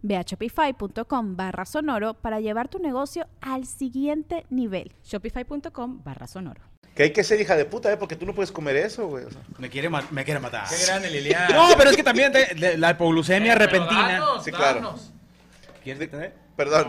Ve a shopify.com barra sonoro para llevar tu negocio al siguiente nivel. Shopify.com barra sonoro. Que hay que ser hija de puta, ¿eh? Porque tú no puedes comer eso, güey. O sea. Me quiere, ma- me quiere matar. Qué grande, Liliana. No, pero es que también te- le- la hipoglucemia Pero repentina. danos, Sí, claro. danos. ¿Quieres detener? Perdón.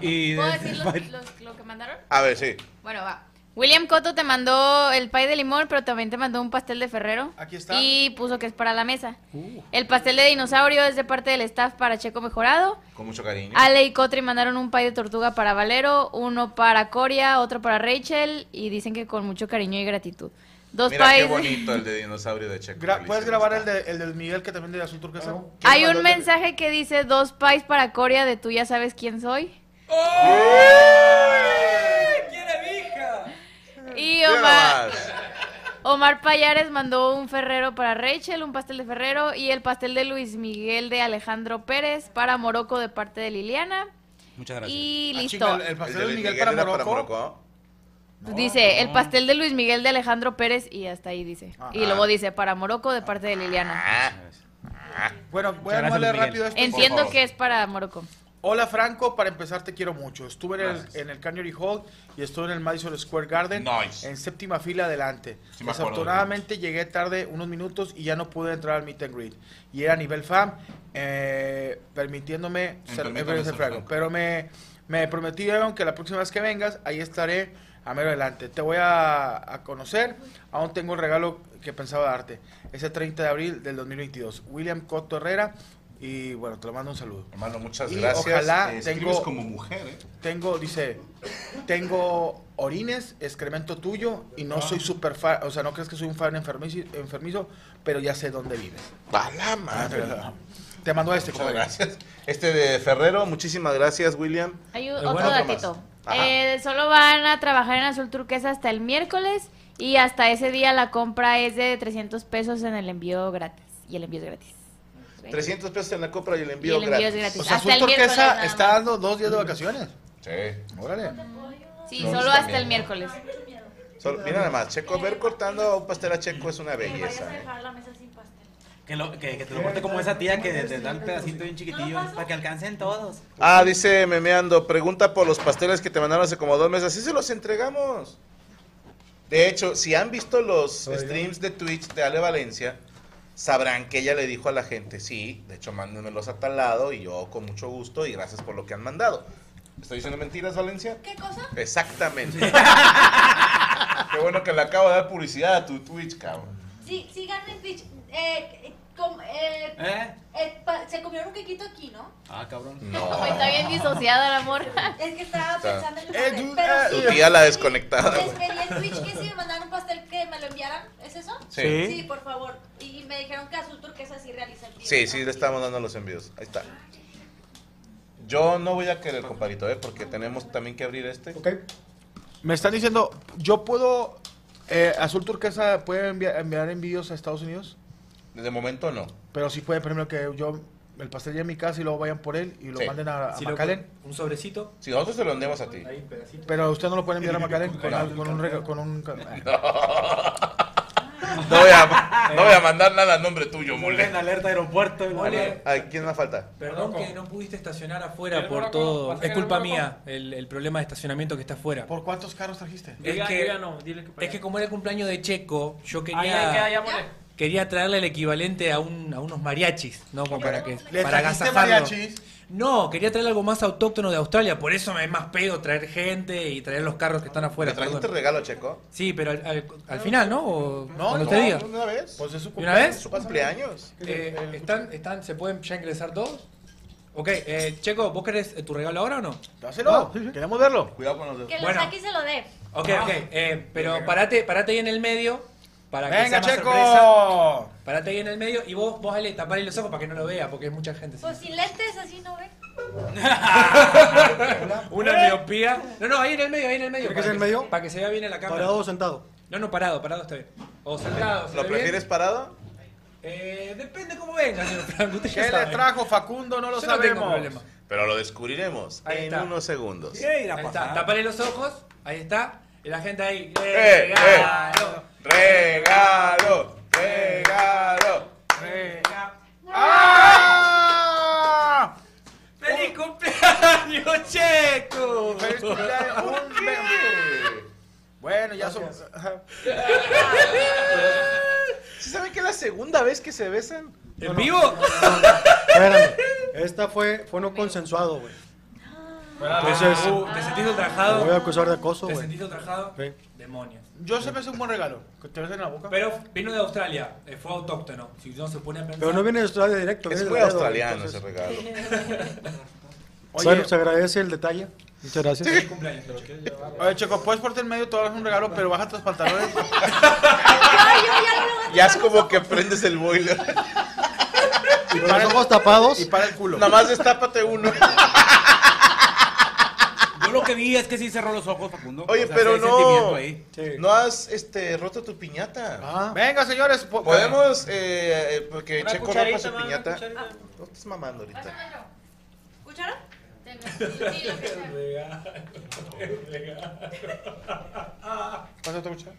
Y ¿Puedo decir los- los- lo que mandaron? A ver, sí. Bueno, va. William Cotto te mandó el pay de limón, pero también te mandó un pastel de Ferrero. Aquí está. Y puso que es para la mesa. Uh. El pastel de dinosaurio es de parte del staff para Checo Mejorado. Con mucho cariño. Ale y Cotri mandaron un pay de tortuga para Valero, uno para Coria, otro para Rachel y dicen que con mucho cariño y gratitud. Dos Mira qué países. bonito el de dinosaurio de Checo. Gra- ¿Puedes Felicidades. grabar el de, el del Miguel que también de Azul Turquesa? Hay un mensaje que dice dos pais para Coria de tú ya sabes quién soy. ¡Eh! Y Mira Omar, nomás. Omar Payares mandó un Ferrero para Rachel, un pastel de Ferrero y el pastel de Luis Miguel de Alejandro Pérez para Morocco de parte de Liliana. Muchas gracias. Y Ah, listo. chinga, el, el El pastel de del Luis Miguel, Miguel para era Morocco. dice Ah, el pastel de Luis Miguel de Alejandro Pérez y hasta ahí dice. Y Ah. luego dice para Morocco de parte de Liliana. Bueno, voy Muchas a gracias, darle Luis Miguel. rápido este esto. Por Entiendo favor. que es para Morocco. Hola Franco, para empezar te quiero mucho. Estuve en el, Gracias. en el Canary Hall y estuve en el Madison Square Garden Nice. en séptima fila adelante. Sí me acuerdo Desafortunadamente llegué tarde unos minutos y ya no pude entrar al meet and greet. Y era a nivel fan, eh, permitiéndome ser, permítame eh, ser ser Franco. Franco. Pero me, me prometieron que la próxima vez que vengas, ahí estaré a mero adelante. Te voy a, a conocer, aún tengo el regalo que pensaba darte. Ese 30 de abril del 2022. William Cotto Herrera y bueno, te lo mando un saludo. Hermano, muchas Y gracias. ojalá Eh, tengo- escribes como mujer, ¿eh? Tengo, dice, tengo orines, excremento tuyo y no soy super fan, o sea, no crees que soy un fan enfermizo, enfermizo pero ya sé dónde vives. A la madre. Te mando este, Muchas compadre. gracias. Este de Ferrero, muchísimas gracias, William. Hay u- Pero otro bueno, otro datito. más. Ajá. Eh, solo van a trabajar en azul turquesa hasta el miércoles y hasta ese día la compra es de 300 pesos en el envío gratis. Y el envío es gratis. 300 pesos en la compra y el Y envío, el envío es O gratis. hasta sea, Azul el miércoles. Turquesa nada está más. dando dos días de vacaciones. Sí. Órale. Sí, No, solo está hasta el bien. miércoles. Solo- mira nada más, Checo, ver cortando un pastel a Checo es una belleza. ¿eh? Que, lo- que- que te lo corte como esa tía que te da el pedacito bien chiquitillo para que alcancen todos. Ah, dice Memeando, pregunta por los pasteles que te mandaron hace como dos meses. Sí se los entregamos. De hecho, si han visto los streams de Twitch de Ale Valencia, sabrán que ella le dijo a la gente, sí, de hecho, mándenmelos a tal lado y yo con mucho gusto y gracias por lo que han mandado. ¿Estoy diciendo mentiras, Valencia? ¿Qué cosa? Exactamente. Qué bueno que le acabo de dar publicidad a tu Twitch, cabrón. Sí, síganme en Twitch. Eh, eh, com- eh, ¿Eh? eh, pa- se comió un quequito aquí, ¿no? Ah, cabrón. No. Está bien disociada la morra. Es que estaba Está. pensando en el Eh, pastel. tú- pero ah, sí, Tu tía la desconectada, Les güey. pedí en Twitch que si me mandaron un pastel que me lo enviaran. ¿Es eso? Sí. Sí, por favor. Y, y me dijeron que Azul Turquesa sí realiza el video, Sí, ¿no? sí, le estamos dando los envíos. Ahí está. Yo no voy a querer, compadrito, ¿eh? porque tenemos también que abrir este. Ok. Me están diciendo, yo puedo, eh, Azul Turquesa puede envia- enviar envíos a Estados Unidos, De momento no. pero sí puede, por ejemplo, que yo el pastel ya en mi casa y luego vayan por él y lo Sí. manden a, a Si lo- McAllen. un sobrecito, Si nosotros se lo enviamos a ti. ahí pedacito. Pero usted no lo puede enviar a McAllen con, No. al- con un... rega- Con un No voy a, no voy a mandar nada a nombre tuyo, En mole. alerta aeropuerto. Mole. Ay, ¿Quién más falta? Perdón que no pudiste estacionar afuera por todo. Es culpa mía el, el problema de estacionamiento que está afuera. ¿Por cuántos carros trajiste? Es que, es que como era el cumpleaños de Checo, yo quería. Ya. quería traerle el equivalente a, un, a unos mariachis, ¿no? Como para que Le para trajiste agasajarlo. mariachis. No, quería traer algo más autóctono de Australia, por eso me es más pedo traer gente y traer los carros que están afuera. ¿Le trajiste perdón. regalo, Checo? Sí, pero al, al- al final, ¿no? O No, cuando no, te diga. ¿De ¿Una vez? Pues es su ¿Y una vez? ¿Su cumpleaños? Eh, ¿están, están, ¿Se pueden ya ingresar todos? Ok, eh, Checo, ¿vos querés eh, tu regalo ahora o no? Dáselo, queremos verlo. Cuidado con los dedos. Que lo Bueno. saque y se lo dé. Ok, Ah. ok, eh, pero parate, parate ahí en el medio para que sea Venga, más sorpresa. Checo. Parate ahí en el medio y vos, vos Ale, tapale los ojos para que no lo vea, porque es mucha gente. sí. Pues sin lentes así no ve. Una miopía. No, no, ahí en el medio, ahí en el medio. ¿Quieres que para sea en se- medio? Para que se vea bien en la cámara. Parado o sentado. No, no, parado, parado está bien. O sentado, se ¿Lo ve bien. prefieres parado? Eh, depende cómo venga, señor Franco. Usted ¿Qué ya le sabe. trajo Facundo? No lo Yo no tengo sabemos. problema. Pero lo descubriremos Ahí en está. unos segundos. ¿Qué irá a Ahí está, pasar? tapale los ojos, ahí está. Y la gente ahí. Eh, eh. ¡Regalo! ¡Regalo! ¡Regalo! ¡Ah! ¡Feliz cumpleaños, Checo! Feliz cumpleaños. Un be- Bueno, ya son. ¿Sí saben que es la segunda vez que se besan? ¿En vivo? Espérame. Esta fue, fue no consensuado, güey. Entonces, Uh, ¿Te sentiste me voy a ultrajado? acusar de acoso, ¿Te güey. sentiste ultrajado? Sí. Demonios. Yo se me hace un buen regalo. Que te ves en la boca. Pero vino de Australia, eh, fue autóctono. Si no se pone a pensar. Pero no viene de Australia directo. Es viene muy de Laredo, australiano entonces- ese regalo. Bueno, Oye, se agradece el detalle. Muchas gracias. Feliz cumpleaños, Checo. oye, Checo, puedes ponerte en medio, te vas a un regalo, pero baja tus pantalones. Ya es como que prendes el boiler. Y con los ojos tapados. Y para el culo. Nada más destápate uno. Yo lo que vi es que sí cerró los ojos, Facundo. Oye, O sea, pero sí hay sentimiento no. ahí. Sí. No has este, roto tu piñata. Ah, Venga, señores. po- Podemos, eh, eh, porque Una Checo cucharita, rompa su ma, una piñata. cucharita. No estás mamando ahorita. Pásamelo. ¿Cuchara? Sí, lo que sea. ¿Pasa otra cuchara?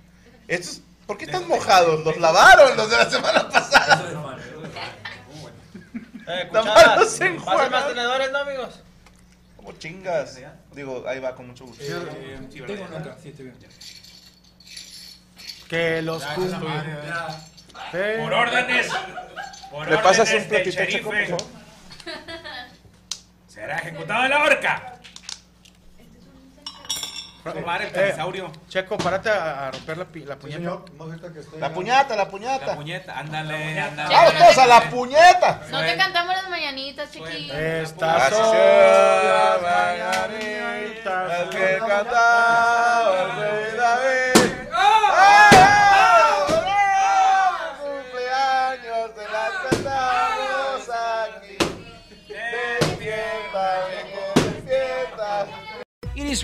Esto es- ¿Por qué están mojados? Los lavaron los de la semana pasada. Eso es malo, eso es malo. Tan malos se enjuagan. tenedores, no, amigos? Como chingas. Digo, ahí va con mucho gusto. Eh, tengo una acá, sí, estoy bien. que Ah, los cum- Eh, Por órdenes. Por ¿Le pasas órdenes un platito del a Checo, por sherife, favor? Será ejecutado en la horca. Robar Eh. el dinosaurio. Checo, párate a, a romper la, pi- la puñeta. señor, más ahorita que esté- La puñata, la La puñata. puñeta, ándale, ándale. ¡Vamos todos a la puñeta! No te cantamos las mañanitas, chiquillos. Estas Gracias. son las mañanitas. Las que cantaba el rey David. ¡Ah! ¡Bravo! Cumpleaños te las cantamos aquí. De fiesta, de fiesta. It is